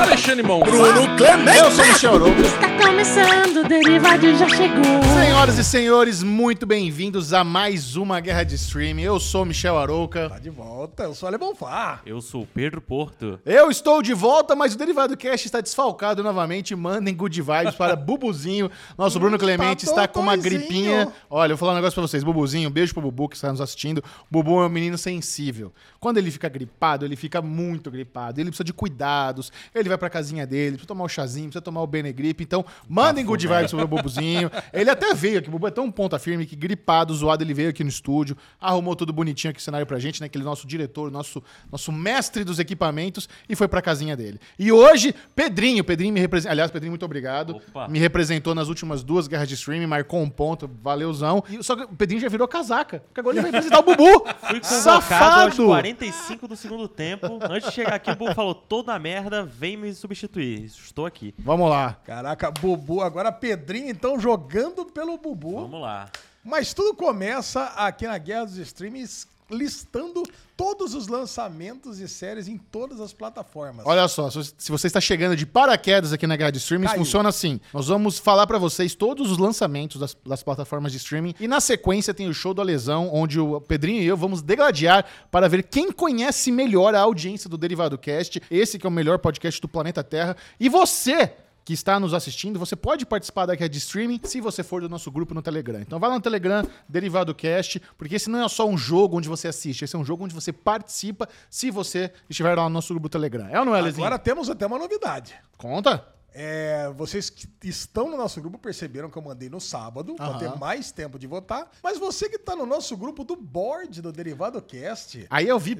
Alexandre Mão. Bruno Clemente. Eu sou Michel Arouca. Está começando, o Derivado já chegou. Senhoras e senhores, muito bem-vindos a mais uma Guerra de Streaming. Eu sou Michel Arouca. Tá de volta, eu sou Ale Bonfá. Eu sou o Pedro Porto. Eu estou de volta, mas o Derivado Cast está desfalcado novamente. Mandem good vibes para Bubuzinho. Nosso Bruno Clemente tá está com uma doutorzinho. gripinha. Olha, eu vou falar um negócio pra vocês. Bubuzinho, beijo pro Bubu que está nos assistindo. Bubu é um menino sensível. Quando ele fica gripado, ele fica muito gripado. Ele precisa de cuidados. Ele vai pra casinha dele, precisa tomar o chazinho, precisa tomar o Benegripe. Então, mandem good vibes pro Bubuzinho. Ele até veio aqui. O Bubu é tão ponta firme que gripado, zoado, ele veio aqui no estúdio, arrumou tudo bonitinho aqui o cenário pra gente, né? Aquele nosso diretor, nosso, nosso mestre dos equipamentos e foi pra casinha dele. E hoje, Pedrinho, Pedrinho me representa. Aliás, Pedrinho, muito obrigado. Opa. Me representou nas últimas duas guerras de streaming, marcou um ponto, valeuzão. E, só que o Pedrinho já virou casaca, porque agora ele vai representar o Bubu. Fui convocado aos Safado! 45 do segundo tempo. Antes de chegar aqui, o Bubu falou, toda merda, vem me substituir. Estou aqui. Vamos lá. Caraca, Bubu, agora Pedrinho então jogando pelo Bubu. Vamos lá. Mas tudo começa aqui na Guerra dos Streams listando todos os lançamentos e séries em todas as plataformas. Olha só, se você- se você está chegando de paraquedas aqui na Guerra de Streaming, Caiu. funciona assim. Nós vamos falar para vocês todos os lançamentos das, das plataformas de streaming e na sequência tem o show do Alesão, onde o Pedrinho e eu vamos degladiar para ver quem conhece melhor a audiência do Derivado Cast, esse que é o melhor podcast do planeta Terra. E você que está nos assistindo, você pode participar da guerra de streaming se você for do nosso grupo no Telegram. Então vai lá no Telegram, Derivado Cast, porque esse não é só um jogo onde você assiste, esse é um jogo onde você participa se você estiver lá no nosso grupo do Telegram. É ou não é, Lezinho? Agora temos até uma novidade. Conta? É, vocês que estão no nosso grupo perceberam que eu mandei no sábado, para Aham. ter mais tempo de votar. Mas você que está no nosso grupo do board do Derivado Cast, Aí eu vi,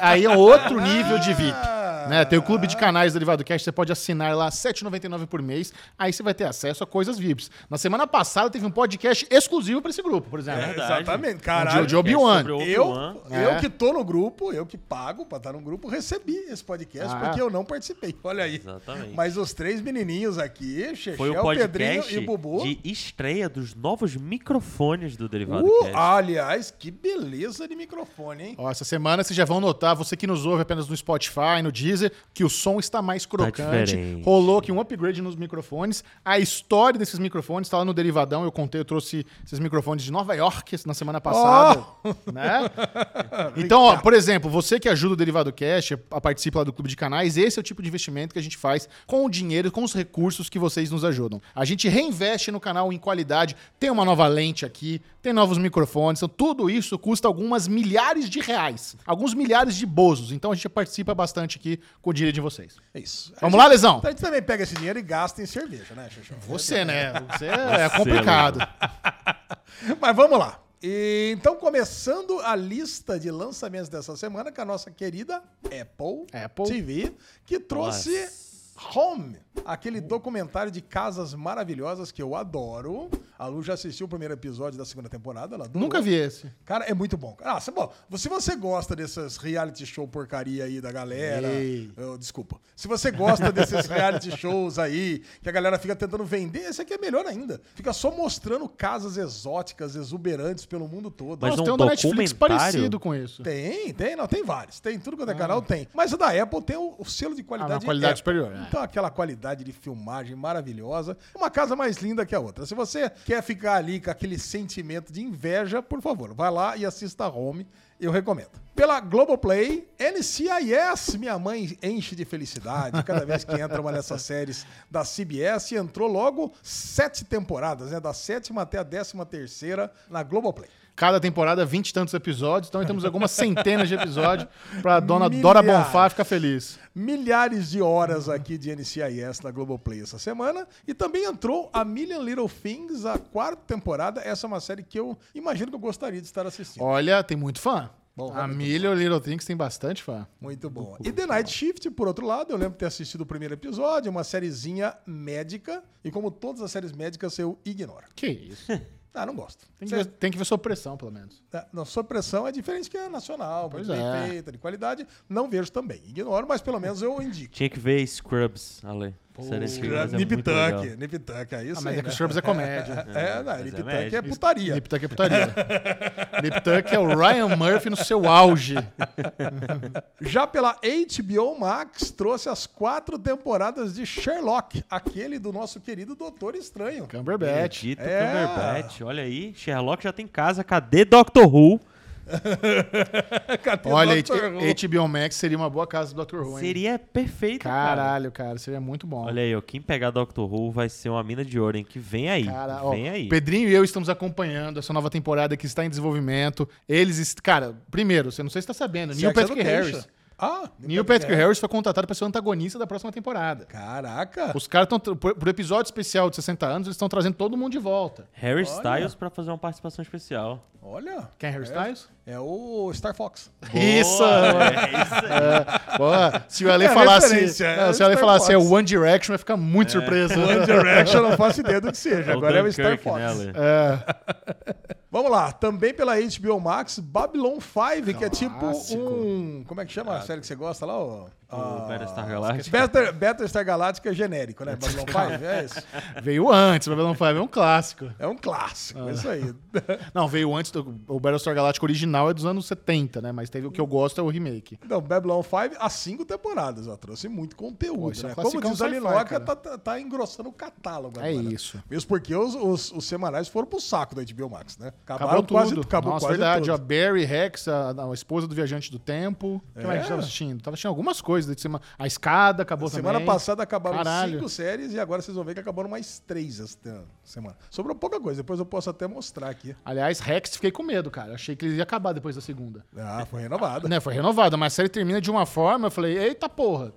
aí é outro nível de VIP. Ah. Né? Tem o clube de canais do Derivado Cast, você pode assinar lá R$ 7,99 por mês, aí você vai ter acesso a coisas VIPs. Na semana passada teve um podcast exclusivo para esse grupo, por exemplo. É. Verdade. Exatamente, caralho. De- de Obi-Wan. É, Sobre o Eu, Obi-Wan. eu É. que tô no grupo, eu que pago pra estar no grupo, recebi esse podcast Ah. porque eu não participei. Olha aí. Exatamente. Mas os três menininhos aqui, Foi Chechel, o Pedrinho podcast e Bubu. de estreia dos novos microfones do Derivado Uh, Cast. aliás, que beleza de microfone, hein? Ó, essa semana vocês já vão notar, você que nos ouve apenas no Spotify, no Deezer, que o som está mais crocante. diferente. Rolou aqui um upgrade nos microfones. A história desses microfones está lá no Derivadão. Eu contei, eu trouxe esses microfones de Nova York na semana Oh! passada. Né? Então, ó, por exemplo, você que ajuda o Derivado Cash, a participa lá do Clube de Canais, esse é o tipo de investimento que a gente faz com o dinheiro, com os recursos que vocês nos ajudam. A gente reinveste no canal em qualidade, tem uma nova lente aqui, tem novos microfones, então tudo isso custa algumas milhares de reais, alguns milhares de bozos. Então a gente participa bastante aqui com o dinheiro de vocês. É isso. Vamos lá, Lesão? A gente tá também pega esse dinheiro e gasta em cerveja, né, Chechel? Você, né? Você é complicado. Mas vamos lá. E, então, começando a lista de lançamentos dessa semana com a nossa querida Apple, Apple. TV, que trouxe Home, aquele documentário de casas maravilhosas que eu adoro. A Lu já assistiu o primeiro episódio da segunda temporada. Ela adorou. Nunca vi esse. Cara, é muito bom. Ah, se, bom, se você gosta dessas reality show porcaria aí da galera. Ei. eu- desculpa. Se você gosta desses reality shows aí, que a galera fica tentando vender, esse aqui é melhor ainda. Fica só mostrando casas exóticas, exuberantes pelo mundo todo. Mas Nossa, um tem um da Netflix documentário? parecido com isso. Tem, tem, não, tem vários. Tem tudo quanto é canal, tem. Mas o da Apple tem o, o selo de qualidade. Ah, uma qualidade Apple. superior, é. Então, aquela qualidade de filmagem maravilhosa. Uma casa mais linda que a outra. Se você quer ficar ali com aquele sentimento de inveja, por favor, vai lá e assista a Home. Eu recomendo. Pela Globoplay, NCIS, minha mãe enche de felicidade cada vez que entra uma dessas séries da CBS. E entrou logo sete temporadas, né? Da sétima até a décima terceira na Globoplay. Cada temporada, vinte e tantos episódios. Então, temos algumas centenas de episódios pra dona Milhares. Dora Bonfá ficar feliz. milhares de horas aqui de NCIS na Globoplay essa semana. E também entrou a Million Little Things, a quarta temporada. Essa é uma série que eu imagino que eu gostaria de estar assistindo. Olha, tem muito fã. Bom, a Milho Little Things tem bastante fã. Muito bom. E The Night Shift, por outro lado, eu lembro de ter assistido o primeiro episódio, uma sériezinha médica. E como todas as séries médicas, eu ignoro. Que isso. Ah, não gosto. Tem que, ver, tem que ver sua pressão, pelo menos. É, Não, sua pressão é diferente que a nacional, Pois muito é. bem feita, de qualidade. Não vejo também. Ignoro, mas pelo menos eu indico. Tinha que ver Scrubs, Ale. Silent Hill, mas Nip é Nip muito legal. Tank, Nip Tank, aí Ah, sim. mas é né? que o Churbs é comédia. É, não, mas Nip é Tank médio. é putaria. Lip Tuck é putaria. Lip Tuck é o Ryan Murphy no seu auge. Já pela HBO Max, trouxe as quatro temporadas de Sherlock, aquele do nosso querido Doutor Estranho. Cumberbatch. Benedito É. Cumberbatch. Olha aí, Sherlock já tem casa. Cadê Doctor Who? Cadê o Olha, Dr. Who? H- HBO Max seria uma boa casa do Dr. Who, hein? Seria perfeito, cara. Caralho, cara, seria muito bom. Olha aí, ó, quem pegar Doctor Who vai ser uma mina de ouro, hein? Que vem aí. Cara, ó, vem aí. Pedrinho e eu estamos acompanhando essa nova temporada que está em desenvolvimento. Eles, est- cara, primeiro, você não sei se está sabendo, Se é Neil que você Patrick não Harris. deixa. Ah, Neil Patrick Harris foi contratado para ser o antagonista da próxima temporada. Caraca. Os caras estão, por, por episódio especial de 60 anos, eles estão trazendo todo mundo de volta. Harry Olha. Styles pra fazer uma participação especial. Olha. Quem é Harry Styles? É o Star Fox. Isso! Boa, é isso aí. Pô, se o Ale É falasse, referência, é não, se o Ale Star falasse é Fox. É. One Direction, vai ficar muito surpreso. One Direction, eu não faço ideia do que seja. É o Agora é o Star Dunkirk, Fox. né, Ale? É, Vamos lá, também pela HBO Max, Babylon 5, que é tipo Clássico. um. Como é que chama a série que você gosta lá? ó? O Ah, Battlestar Galactica. Better, Battlestar Galactica genérico, né? Babylon 5, é isso. veio antes, Babylon 5 é um clássico. É um clássico, Ah. é isso aí. Não, veio antes, do, o Battlestar Galactica original é dos anos 70, né? Mas teve o que eu gosto é o remake. Então, Babylon 5, há cinco temporadas, ó, trouxe muito conteúdo, Pô, isso é né? um Como classicão diz a sci-fi, Linoca, cara. tá, tá- tá engrossando o catálogo É agora. isso. Mesmo porque os, os- os semanais foram pro saco da HBO Max, né? Acabou Acabaram tudo. quase, acabou Nossa, quase verdade. tudo. Ó, Barry Rex, a, a esposa do Viajante do Tempo. O que mais que É. eu tava assistindo? Tava assistindo algumas coisas. de semana- A escada acabou Semana também. passada acabaram Caralho. cinco séries e agora vocês vão ver que acabaram mais três esta semana. Sobrou pouca coisa, depois eu posso até mostrar aqui. Aliás, Rex, fiquei com medo, cara. Achei que ele ia acabar depois da segunda. Ah, foi renovada. Né, foi renovada, mas a série termina de uma forma, eu falei, eita porra,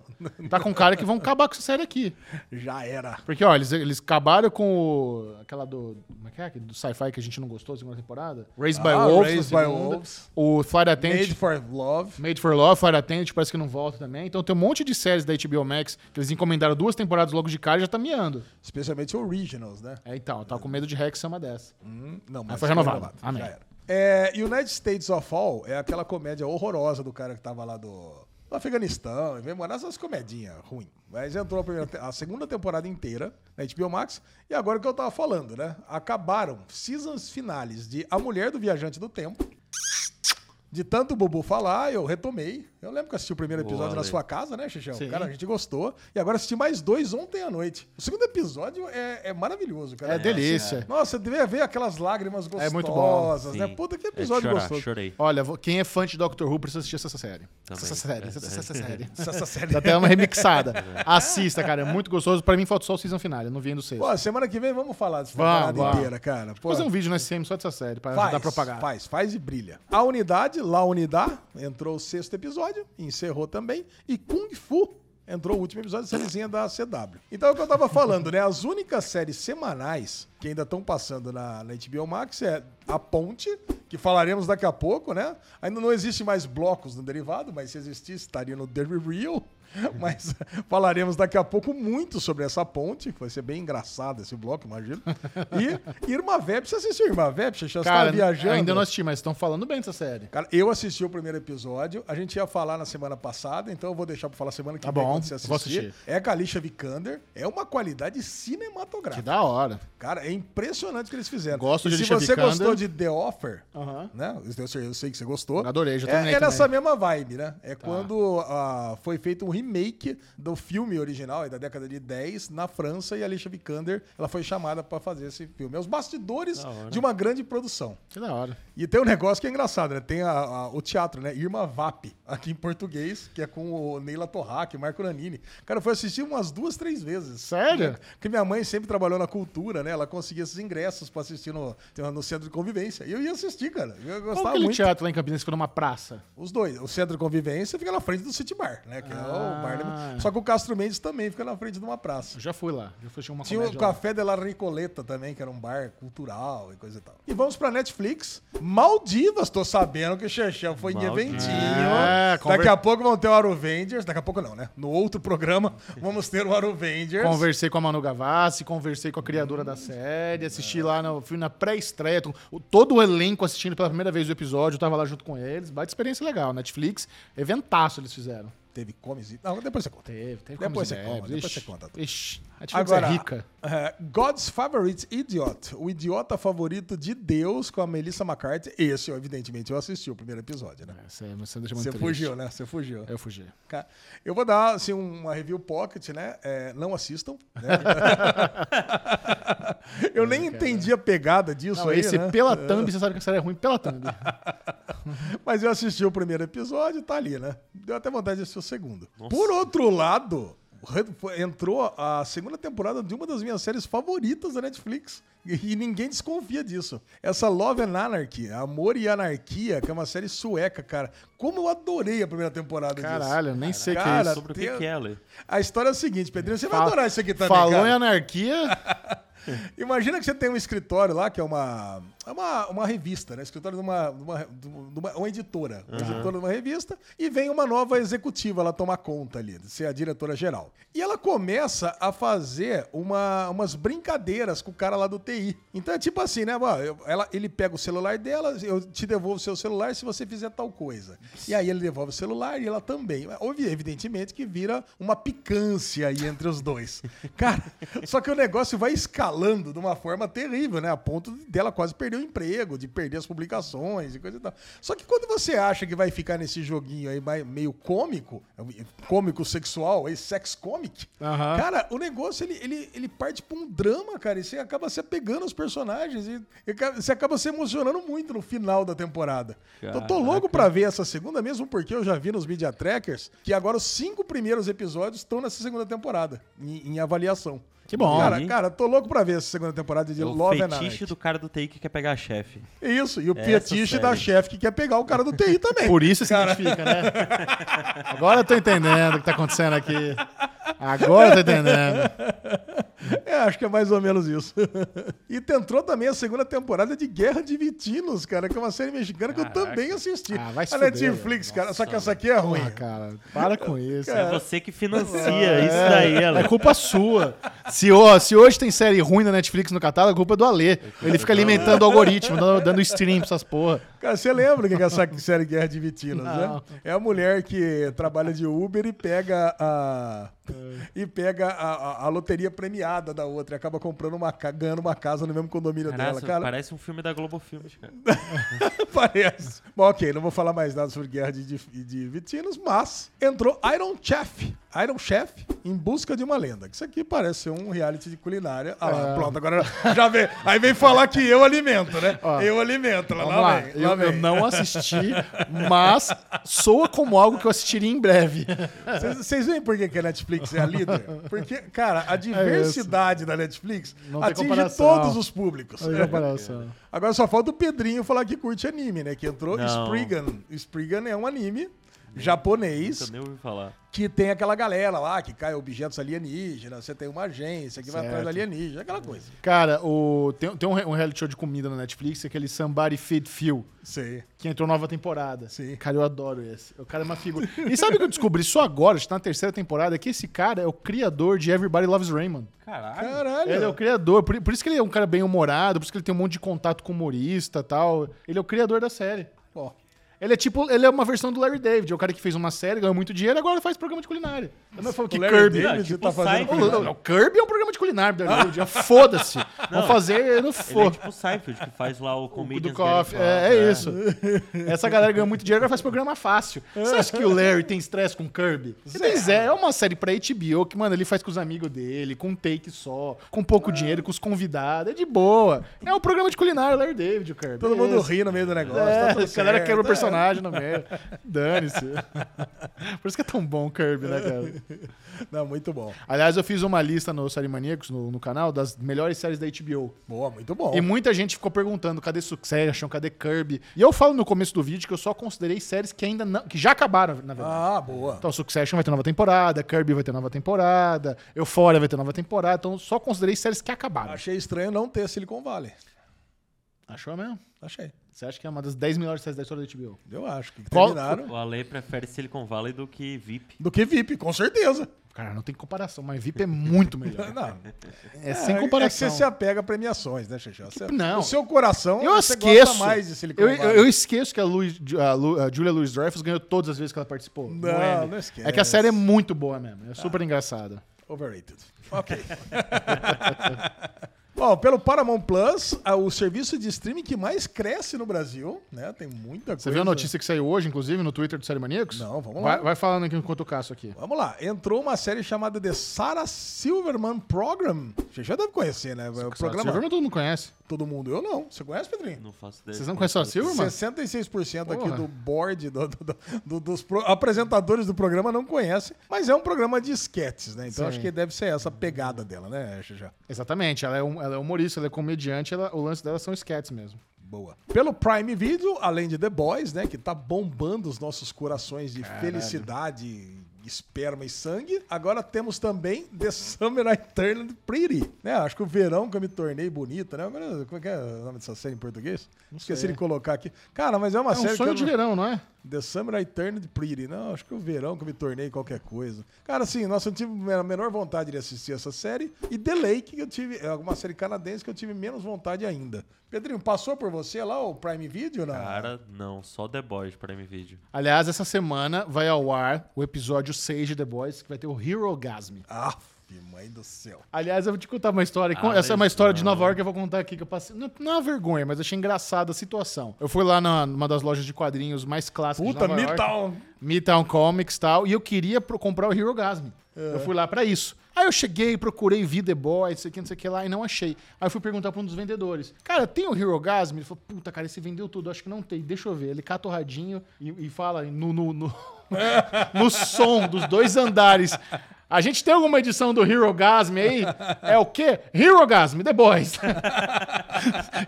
tá com cara que vão acabar com essa série aqui. Já era. Porque, ó, eles, eles acabaram com o, aquela do, como é que é, Aquele do sci-fi que a gente não gostou, segunda temporada? Raised by Ah, Wolves, Raised na by segunda. Wolves. o Flight Attendant, Made Made for, for Love. Love, Flight Attendant, parece que não volta também. Então tem um monte de séries da HBO Max que eles encomendaram duas temporadas logo de cara e já tá miando. Especialmente Originals, né? É, então, eu tava com medo de Rex ser uma dessa. Hum, não, Ah, foi renovado. Amém. Já era. É, United States of All é aquela comédia horrorosa do cara que tava lá do, do Afeganistão. e Vem morar essas comedinhas ruim. Mas entrou a, primeira te- a segunda temporada inteira na HBO Max. E agora é o que eu tava falando, né? Acabaram seasons finales de A Mulher do Viajante do Tempo. De tanto o Bubu falar, eu retomei. Eu lembro que eu assisti o primeiro Boa, episódio na Ale. sua casa, né, Xixão? Sim. Cara, a gente gostou. E agora assisti mais dois ontem à noite. O segundo episódio é, é maravilhoso, cara. É, delícia. Nossa, devia ver aquelas lágrimas gostosas, É muito bom. né? Sim. Puta que É de episódio chorar, gostoso. Chorei. Olha, vo- quem é fã de Doctor Who precisa assistir essa série. Também. Essa série, essa, essa- essa série. Essa série. Dá até uma remixada. Assista, cara. É muito gostoso. Pra mim, falta só o season final. Eu não vi ainda o sexto. Vou Pô, semana que vem vamos falar dessa Vamos, temporada vamos. inteira, cara. Pô, fazer um vídeo na SCM só dessa série, pra faz, ajudar a propagar. faz, faz e brilha. A Unidade, La Unidad, entrou o sexto episódio, encerrou também. E Kung Fu entrou o último episódio, sériezinha da CW. Então é o que eu tava falando, né? As únicas séries semanais que ainda estão passando na, na HBO Max é A Ponte, que falaremos daqui a pouco, né? Ainda não existe mais blocos no derivado, mas se existisse, estaria no Derby Real. Mas falaremos daqui a pouco muito sobre essa ponte, que vai ser bem engraçado esse bloco, imagino. E Irma Vep, você assistiu Irma Vep? Você já Cara, estava viajando? ainda não assisti, mas estão falando bem dessa série. Cara, eu assisti o primeiro episódio. A gente ia falar na semana passada, então eu vou deixar pra falar semana que Tá vem bom, quando você assistir. vou assistir. É com a Alicia Vikander. É uma qualidade Que cinematográfica. da hora. Cara, é impressionante o que eles fizeram. e Gosto de se Alicia você Vikander. gostou de The Offer, Aham. né? Eu sei, eu sei que você gostou. Adorei, já É, terminei é também. Tá. nessa mesma vibe, né? É quando ah, foi feito um remake do filme original, é da década de 10, na França, e a Alicia Vikander ela foi chamada pra fazer esse filme. É os bastidores Da hora. de uma grande produção. Que da hora. E tem um negócio que é engraçado, né? Tem a- a- o teatro, né? Irma Vap, aqui em português, que é com o Neila Torraque, Marco Nanini. Cara, eu fui assistir umas duas, três vezes. Né? Sério? Porque minha mãe sempre trabalhou na cultura, né? Ela conseguia esses ingressos pra assistir no, no centro de convivência. E eu ia assistir, cara. Eu Qual gostava aquele muito. teatro lá em Campinas que foi numa praça? Os dois. O centro de convivência fica na frente do City Bar, né? Que é Ah. o bar. da- Só que o Castro Mendes também fica na frente de uma praça. Eu já fui lá. Já fui assistir uma Tinha um o comédia lá. Café della Ricoleta também, que era um bar cultural e coisa e tal. E vamos pra Netflix. Maldivas, tô sabendo que o Xexão foi em Maldivas. eventinho. É, conver- Daqui a pouco vão ter o Aruvengers. Daqui a pouco não, né? No outro programa vamos ter o Aruvengers. Conversei com a Manu Gavassi, conversei com a criadora da série, assisti lá, no, fui na pré-estreia, to- o- todo o elenco assistindo pela primeira vez o episódio, eu tava lá junto com eles, baita experiência legal, Netflix, eventaço eles fizeram. Teve comes e... Não, depois você conta. Teve, teve Depois comes você e conta, bebes. depois Ixi, você conta. Ixi, a diferença Agora, é rica. é, God's Favorite Idiot, o idiota favorito de Deus com a Melissa McCarthy. Esse, eu, evidentemente, eu assisti o primeiro episódio, né? É, Você, você deixa muito Você triste. fugiu, né? Você fugiu. Eu fugi. Ca- Eu vou dar assim, uma review pocket, né? É, não assistam. né? eu nem entendi a pegada disso Não, aí, esse né? pela thumb, você sabe que a série é ruim pela thumb. Mas eu assisti o primeiro episódio, tá ali, né? Deu até vontade de assistir o segundo. Nossa. Por outro lado, re- foi- entrou a segunda temporada de uma das minhas séries favoritas da Netflix. E e ninguém desconfia disso. Essa Love and Anarchy, Amor e Anarquia, que é uma série sueca, cara. Como eu adorei a primeira temporada disso. Caralho, eu nem sei o que é Cara, isso. Sobre o tem- que, que é ela? A história é a seguinte, Pedrinho, você vai Fala- adorar isso aqui também, Falou cara. em anarquia, Imagina que você tem um escritório lá, que é uma, é uma, uma revista, né? Escritório de uma, de uma, de uma, uma editora. Uma editora de uma revista. E vem uma nova executiva lá tomar conta ali, de ser a diretora-geral. E ela começa a fazer uma, umas brincadeiras com o cara lá do TI. Então é tipo assim, né? Ó, eu- Ela, ele pega o celular dela, eu te devolvo o seu celular se você fizer tal coisa. E aí ele devolve o celular e ela também. Houve, evidentemente, que vira uma picância aí entre os dois. Cara, só que o negócio vai escalando de uma forma terrível, né? A ponto dela quase perder o emprego, de perder as publicações e coisa e tal. Só que quando você acha que vai ficar nesse joguinho aí mai- meio cômico, cômico sexual, aí sex comic, Aham. cara, o negócio ele, ele, ele parte pra um drama, cara, e você acaba se apegando aos personagens e, e ca- você acaba se emocionando muito no final da temporada. Então tô louco pra ver essa segunda, mesmo porque eu já vi nos Media Trackers que agora os cinco primeiros episódios estão nessa segunda temporada, em, em avaliação. Que bom, Cara, hein? cara, tô louco pra ver essa segunda temporada de É o Love and fetiche Night. do cara do TI que quer pegar a chefe. Isso, e o Essa fetiche da série. chefe que quer pegar o cara do TI também. por isso se identifica, né? Agora eu tô entendendo o que tá acontecendo aqui. Agora eu tô entendendo. É, acho que é mais ou menos isso. e entrou também a segunda temporada de Guerra de Vitinos, cara, que é uma série mexicana que eu também assisti. Ah, vai se a fuder, Netflix, velho. cara, só que essa aqui é ruim. Porra, Ah, cara, para com isso. É você que financia isso É, daí, ela. É culpa sua. Se, ó, se hoje tem série ruim na Netflix no catálogo, a culpa é do Alê. Ele fica alimentando o algoritmo, dando, dando stream pra essas porra. Cara, você lembra o que é essa série Guerra de Vitinos, né? Não. É a mulher que trabalha de Uber e pega a. É. e pega a, a- a loteria premiada da outra e acaba comprando uma ca- ganhando uma casa no mesmo condomínio Caraca, dela, cara. parece um filme da Globo Filmes, cara. Parece. Bom, ok, não vou falar mais nada sobre Guerra de, de, de Vitinos, mas entrou Iron Chef. Iron Chef em busca de uma lenda. Isso aqui parece ser um reality de culinária. Ah É. lá, pronto, agora já vem. Aí vem falar que eu alimento, né? Ó, eu alimento. Lá, Vamos lá lá. vem, lá Eu, eu vem. não assisti, mas soa como algo que eu assistiria em breve. Vocês- Vocês veem por que, que a Netflix é a líder? Porque, cara, a diversidade da Netflix É Não tem atinge comparação. todos os públicos. Olha a comparação. Agora só falta o Pedrinho falar que curte anime, né? Que entrou Não. Spriggan. Spriggan é um anime japonês Isso eu nem ouvi falar. que tem aquela galera lá que cai objetos alienígenas, você tem uma agência que vai atrás do Certo. alienígena, aquela coisa. Cara, o, tem, tem um, re- um reality show de comida na Netflix, é aquele Somebody Feed Phil. Sei. que entrou nova temporada. Sim. Cara, eu adoro esse. O cara é uma figura. E sabe o que eu descobri só agora, está na terceira temporada, que esse cara é o criador de Everybody Loves Raymond. Caralho. Caralho. Ele é o criador, por, por isso que ele é um cara bem humorado, por isso que ele tem um monte de contato com humorista e tal. Ele é o criador da série. Ó, Ele é tipo, ele é uma versão do Larry David, é o cara que fez uma série, ganhou muito dinheiro e agora faz programa de culinária. Eu não falo que o Larry Kirby. David tipo tá fazendo O, Seinfeld. culinária. o- o Kirby é um programa de culinária, Larry David. Ah, Foda-se. Vamos fazer no Ele é foda. tipo o Seinfeld, que faz lá o O do Comedians Coffee, Getting é, Caught, é né? isso. Essa galera ganha muito dinheiro, agora faz programa fácil. Você acha que o Larry tem estresse com o Kirby? Ele tem zero. É uma série pra HBO que, mano, ele faz com os amigos dele, com um take só, com pouco dinheiro, com os convidados. É de boa. É um programa de culinária, Larry David, o Kirby. Todo É mundo isso. ri no meio do negócio. É, tá tudo a galera certo, quebra o é. personagem no meio. Dane-se. Por isso que é tão bom o Kirby, né, cara? Não, muito bom. Aliás, eu fiz uma lista no Série Maníacos, no, no canal, das melhores séries da HBO. Boa, muito bom. E muita gente ficou perguntando, cadê Succession, cadê Kirby? E eu falo no começo do vídeo que eu só considerei séries que ainda não, que já acabaram, na verdade. Ah, boa. Então, Succession vai ter nova temporada, Kirby vai ter nova temporada, Euphoria vai ter nova temporada. Então, só considerei séries que acabaram. Achei estranho não ter Silicon Valley. Achou mesmo? Achei. Você acha que é uma das 10 melhores séries da história da HBO? Eu acho que Qual- terminaram. O Ale prefere Silicon Valley do que VIP. Do que VIP, com certeza. Cara, não tem comparação, mas VIP é muito melhor. Não, É, sem comparação. É que você se apega a premiações, né, Xixi? Você- não. O seu coração Eu você esqueço. gosta mais de Silicon eu, Valley. eu- eu esqueço que a, Louis, a Lu- a Julia Louis Dreyfus ganhou todas as vezes que ela participou. Não, No Emmy. não esquece. Ah. É que a série é muito boa mesmo. É super engraçada. Overrated. Ok. Bom, pelo Paramount Plus, ah, o serviço de streaming que mais cresce no Brasil, né? Tem muita coisa. Você viu a notícia que saiu hoje, inclusive, no Twitter do Série Maníacos? Não, vamos lá. Vai, vai falando aqui enquanto eu caço aqui. Vamos lá, entrou uma série chamada The Sarah Silverman Program. Você já deve conhecer, né? O Programa. programa todo mundo conhece. todo mundo. Eu não. Você conhece, Pedrinho? Não faço ideia. Vocês não conhecem a Silverman? 66% aqui Porra. do board, do- do- do- do- dos pro- apresentadores do programa não conhecem, mas é um programa de esquetes, né? Então Sim. acho que deve ser essa a pegada dela, né, Xixi? Exatamente. Ela é, um- ela é humorista, ela é comediante, ela- o lance dela são sketches mesmo. Boa. Pelo Prime Video, além de The Boys, né, que tá bombando os nossos corações de felicidade, esperma e sangue, agora temos também The Summer I Turned Pretty. Né, acho que o verão que eu me tornei bonita, né? Agora, como é que é o nome dessa série em português? Esqueci de colocar aqui. Cara, mas é uma É série um que sonho de eu... não- verão, não é? The Summer I Turned Pretty. Não, acho que o verão que eu me tornei qualquer coisa. Cara, assim, nossa, eu não tive a menor vontade de assistir essa série. E The Lake, que eu tive, é uma série canadense que eu tive menos vontade ainda. Pedrinho, passou por você lá o Prime Video? Não? Cara, não. Só The Boys pra M-Video. Aliás, essa semana vai ao ar o episódio 6 de The Boys, que vai ter o Hero Gasm. Aff, mãe do céu. Aliás, eu vou te contar uma história. Ah, Essa é uma mas história de então. não. Nova York que eu vou contar aqui que eu passei. Não, não é uma vergonha, mas achei engraçada a situação. Eu fui lá na- numa das lojas de quadrinhos mais clássicas Puta, de Nova York. Midtown. Midtown Comics e tal, e eu queria pro- comprar o Hero Gasm. Eu fui lá pra isso. Aí eu cheguei, procurei, vi The Boy, não sei o que, não sei o que lá, e não achei. Aí eu fui perguntar pra um dos vendedores. Cara, tem o Hero Gasm? Ele falou, puta, cara, esse vendeu tudo, acho que não tem, deixa eu ver. Ele cata o radinho e, e fala no, no, no, no som dos dois andares. A gente tem alguma edição do Hero Gasm aí? É o quê? Hero Gasm, The Boys.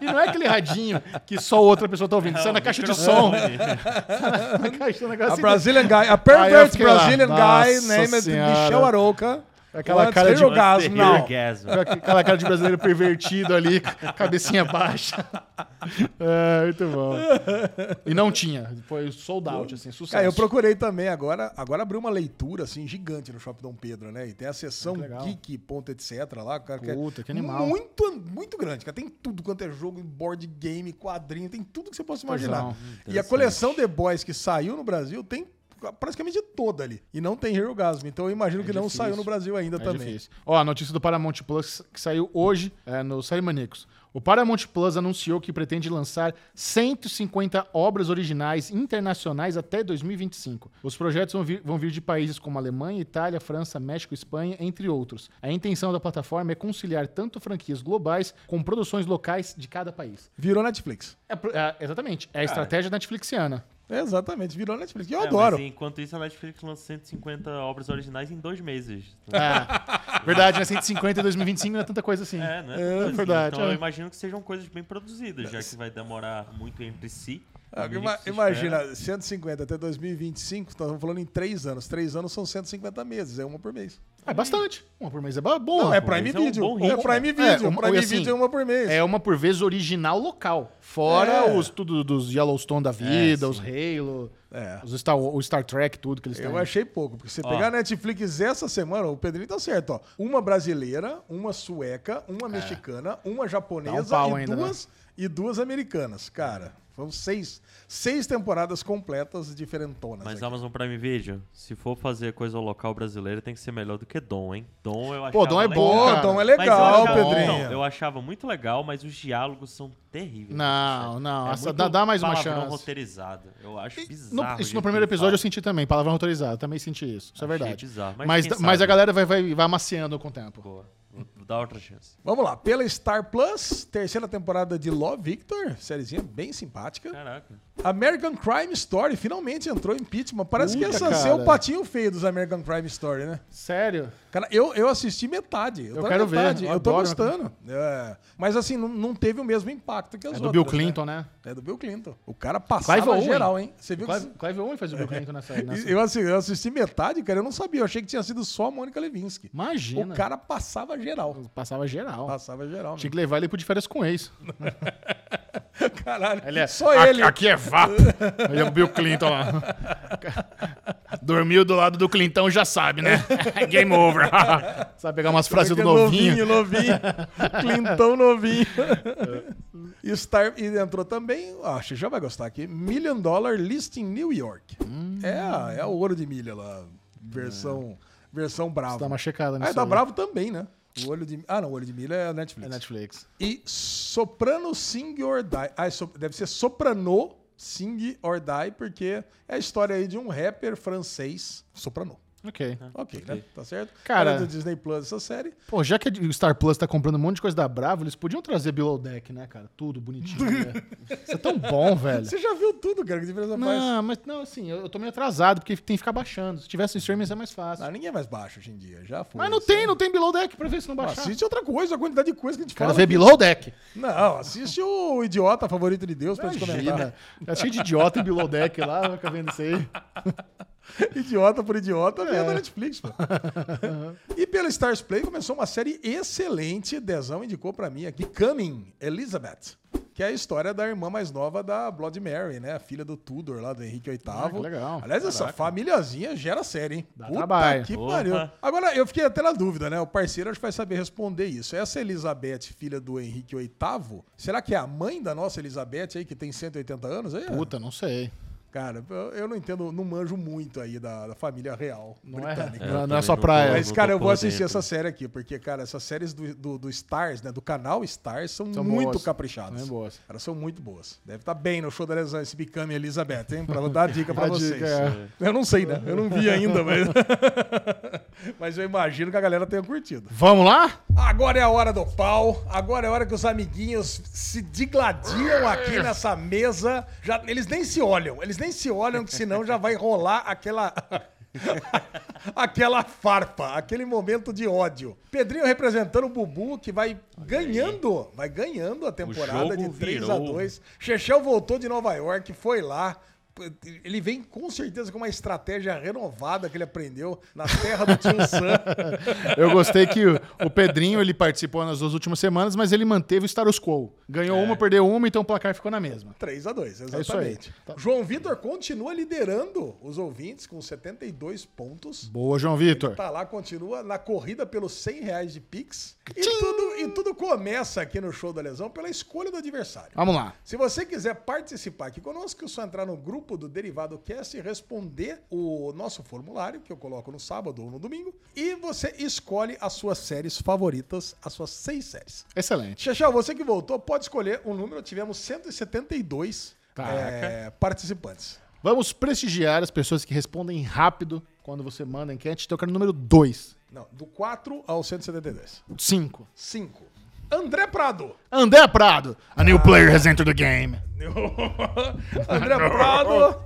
e não é aquele radinho que só outra pessoa tá ouvindo, isso é na caixa de som. é na caixa, na caixa A de- um Brazilian Guy, a Aí eu pervert fiquei lá. Brazilian Guy, Nossa named Senhora. Michel Aroca. Aquela Wants cara de- Hero Gasm now. Gasm. Com Aquela cara de brasileiro pervertido ali, ca- cabecinha baixa. É, muito bom. E não tinha. Foi sold out, assim, sucesso. Cara, É, eu procurei também agora. Agora abriu uma leitura assim gigante no Shopping Dom Pedro, né? E tem a seção Ah, que legal. geek, ponto, etc. lá. Cara, é Puta, que animal. Muito, muito grande, cara. Tem tudo quanto é jogo, board game, quadrinho, tem tudo que você possa imaginar. Tesão. E a coleção The Boys que saiu no Brasil tem praticamente toda ali. E não tem Hero Gasm. Então eu imagino que não É difícil. saiu no Brasil ainda É também. difícil. Ó, a notícia do Paramount Plus que saiu hoje é, no Série Maníacos. O Paramount Plus anunciou que pretende lançar 150 obras originais internacionais até 2025. Os projetos vão vir, vão vir de países como Alemanha, Itália, França, México, Espanha, entre outros. A intenção da plataforma é conciliar tanto franquias globais com produções locais de cada país. Virou Netflix. É pro- é, exatamente. É a estratégia netflixiana. Exatamente, virou Netflix. E eu É, adoro. mas enquanto isso, a Netflix lança 150 obras originais em dois meses. É. Verdade, né? 150 e 2025 não é tanta coisa assim. É, né? É Assim, verdade, Então é. eu imagino que sejam coisas bem produzidas, já que vai demorar muito entre si. É, Ah, A ima- Netflix espera. imagina, 150 até 2025, nós estamos falando em 3 anos. 3 anos são 150 meses, é uma por mês. É bastante. Uma por mês é ba- boa. Não, é pô, Prime esse é um Video. bom é ritmo. Prime É, Video. uma- Prime assim, Video é uma por mês. É uma por vez original local. Fora É. os tudo dos Yellowstone da vida, os Halo, É. os Star, o Star Trek, tudo que eles Eu têm. achei pouco, porque se pegar a Netflix essa semana, o Pedrinho tá certo, ó. Uma brasileira, uma sueca, uma mexicana, uma japonesa pau e, ainda, né? duas, e duas americanas. Cara, foram seis, seis temporadas completas diferentonas. Mas aqui. Amazon Prime Video, se for fazer coisa local brasileira, tem que ser melhor do que Dom, hein? Dom eu achava Pô, Dom é legal. bom, Pô, cara. então é Mas eu legal, achava- Pedrinho. Não, eu achava muito legal, mas os diálogos são terríveis. Não, não. É essa- muito dá, dá mais uma palavrão chance. roteirizado. Eu acho No- bizarro. isso no primeiro episódio assim, eu senti também, palavra autorizada. Também senti isso. Isso é Achei verdade. bizarro, mas mas, quem mas, sabe? a galera vai, vai, vai amaciando com o tempo. Boa. Vou dar outra chance. Vamos lá, pela Star Plus, terceira temporada de Law Victor, sériezinha bem simpática. Caraca. American Crime Story finalmente entrou em impeachment. Parece que Puta, essa é o cara. patinho feio dos American Crime Story, né? Sério? Cara, eu, eu assisti metade. Eu, Eu tô na quero ver, metade, eu Eu tô adoro. gostando. É, mas assim, não, não teve o mesmo impacto que as É outras. do Bill né? Clinton, né? É do Bill Clinton. O cara Clive passava Owen. geral, hein? Você O viu que- Clive, Clive Owen né? faz o Bill Clinton nessa. nessa. É. Eu, assi- eu assisti metade, cara, eu não sabia. Eu achei que tinha sido só a Mônica Lewinsky. Imagina. O cara passava geral. Passava geral. Passava geral. Tinha mesmo. que levar ele pro de férias com ex. Caralho, Ele é, só "Aqui- ele. Aqui é VAP. Aí é o Bill Clinton lá. Dormiu do lado do Clinton, já sabe, né? Game over. sabe pegar umas frases do Porque novinho. é Novinho, Clintão novinho. É. e, Star, e entrou também, acho que já vai gostar aqui, Million Dollar Listing New York. Hum. É, a- é o ouro de milha lá, versão, versão bravo. É. Dá uma checada nisso. Ah, da aí. Bravo também, né? O olho de, ah, não, o olho de milha é a É Netflix. Netflix. E Soprano Sing or Die. Ah, é so- deve ser Soprano Sing or Die, porque é a história aí de um rapper francês, Soprano. Ok. Ok, né? Tá certo? Cara- Era do Disney Plus essa série. Pô, já que o Star Plus tá comprando um monte de coisa da Bravo, eles podiam trazer Below Deck, né, cara? Tudo bonitinho. né? Isso é tão bom, velho. Você já viu tudo, cara, que diferença faz? Não, mas não, assim, eu, eu tô meio atrasado, porque tem que ficar baixando. Se tivesse streaming, isso é mais fácil. Não, ninguém é mais baixo hoje em dia, já foi. mas não tem, não tem Below Deck pra ver se não Pô, baixar. Assiste outra coisa, a quantidade de coisa que a gente Cara, é fala. vê Below Deck. Não, assiste o Idiota Favorito de Deus pra gente comentar. Imagina. Tá cheio de idiota em Below Deck lá, né, fica vendo isso aí. Idiota por Idiota, vê É. na Netflix, pô. E pela Stars Play começou uma série excelente, Dezão indicou pra mim aqui, Coming, Elizabeth. Que é a história da irmã mais nova da Blood Mary, né? A filha do Tudor lá, do Henrique VIII. Ah, que legal. Aliás, essa famíliazinha gera série, hein? Dá trabalho. que Porra. pariu. Agora, eu fiquei até na dúvida, né? O parceiro acho que vai saber responder isso. Essa Elizabeth, filha do Henrique VIII, será que é a mãe da nossa Elizabeth aí, que tem 180 anos? É, aí? Puta, não sei. Cara, eu- eu não entendo, não manjo muito aí da, da família real Não britânica. é, não, eu não é também só não praia. tô- Mas, cara, eu por vou um assistir dentro. essa série aqui, porque, cara, essas séries do, do, do Stars, né? Do canal Stars, são, São muito boas. caprichadas. São boas. Elas são muito boas. Deve estar bem no show da Lesão, esse Become Elizabeth, hein? Pra dar a dica pra Dá vocês. dica, é. Eu não sei, né? Eu não vi ainda, mas. mas eu imagino que a galera tenha curtido. Vamos lá? Agora é a hora do pau. Agora é a hora que os amiguinhos se digladiam É. aqui nessa mesa. Já, eles nem se olham, eles nem se olham, que senão já vai rolar aquela. aquela farpa, aquele momento de ódio. Pedrinho representando o Bubu, que vai ganhando, vai ganhando a temporada de jogo 3 a virou. 2 Chechel voltou de Nova York, foi lá. Ele vem com certeza com uma estratégia renovada que ele aprendeu na terra do Tio Sam. Eu gostei que o, o Pedrinho ele participou nas duas últimas semanas, mas ele manteve o status quo. Ganhou uma, perdeu uma, então o placar ficou na mesma. 3 a 2 aí. exatamente. Tá. João Vitor continua liderando os ouvintes com 72 pontos. Boa, João Vitor. Tá lá, continua na corrida pelos 100 reais de Pix. E tudo, e tudo começa aqui no Show da Lesão pela escolha do adversário. Vamos lá. Se você quiser participar aqui conosco, é só entrar no grupo do Derivado Cast e responder o nosso formulário, que eu coloco no sábado ou no domingo. E você escolhe as suas séries favoritas, as suas seis séries. Excelente. Xexel, você que voltou, pode escolher um número. Tivemos 172 Caraca. eh, participantes. Vamos prestigiar as pessoas que respondem rápido quando você manda enquete. Então eu quero o número 2. Não, do 4 ao 172. 5. 5. André Prado. André Prado. A new player has entered the game. André Prado.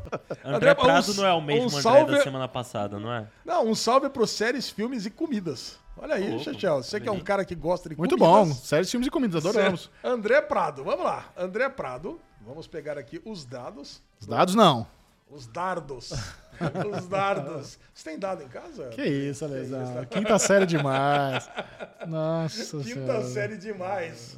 André Prado um- não é o mesmo um André salve, da semana passada, não é? Não, um salve para séries, filmes e comidas. Olha aí, Louco, Xexel. Você que é um cara que gosta de Muito comidas. bom. Séries, filmes e comidas. Adoramos. Certo. André Prado, vamos lá. André Prado. Vamos pegar aqui os dados. Os dados não. Os dardos. Os dardos. Você tem dado em casa? Que isso, Alesão. Quinta série demais. Nossa Quinta senhora. série demais.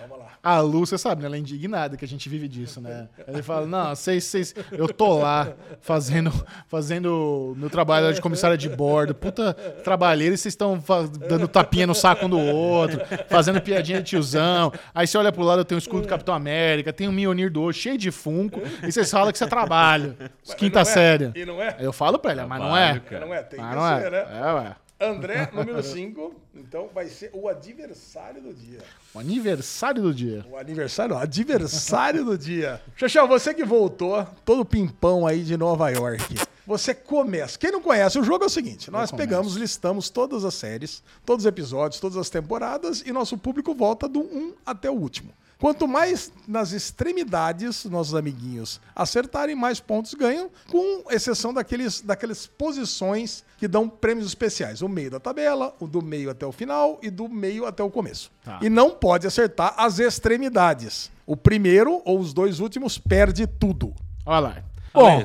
Vamos lá. A Lu, você sabe, né? Ela é indignada que a gente vive disso, né? Ele fala, não, vocês, vocês, eu tô lá fazendo, fazendo meu trabalho de comissária de bordo, puta trabalheira, e vocês estão fa- dando tapinha no saco um do outro, fazendo piadinha de tiozão. Aí você olha pro lado, eu tenho o escudo do Capitão América, tem o Mionir do Ouro, cheio de funko, e vocês falam que isso é trabalho. Quinta não é? série. E não é? Eu falo pra ela, mas não é. Trabalho, Mas cara. Não é, tem Mas que não ser, é. né? É, ué. André, número 5. Então vai ser o adversário do dia. O aniversário do dia. O aniversário, não, adversário do dia. Xaxão, você que voltou, todo pimpão aí de Nova York. Você começa. Quem não conhece, o jogo é o seguinte: nós começo. pegamos, listamos todas as séries, todos os episódios, todas as temporadas e nosso público volta do 1 até o último. Quanto mais nas extremidades nossos amiguinhos acertarem, mais pontos ganham, com exceção daqueles, daquelas posições que dão prêmios especiais. O meio da tabela, o do meio até o final e do meio até o começo. Tá. E não pode acertar as extremidades. O primeiro ou os dois últimos perde tudo. Olha lá. Ale,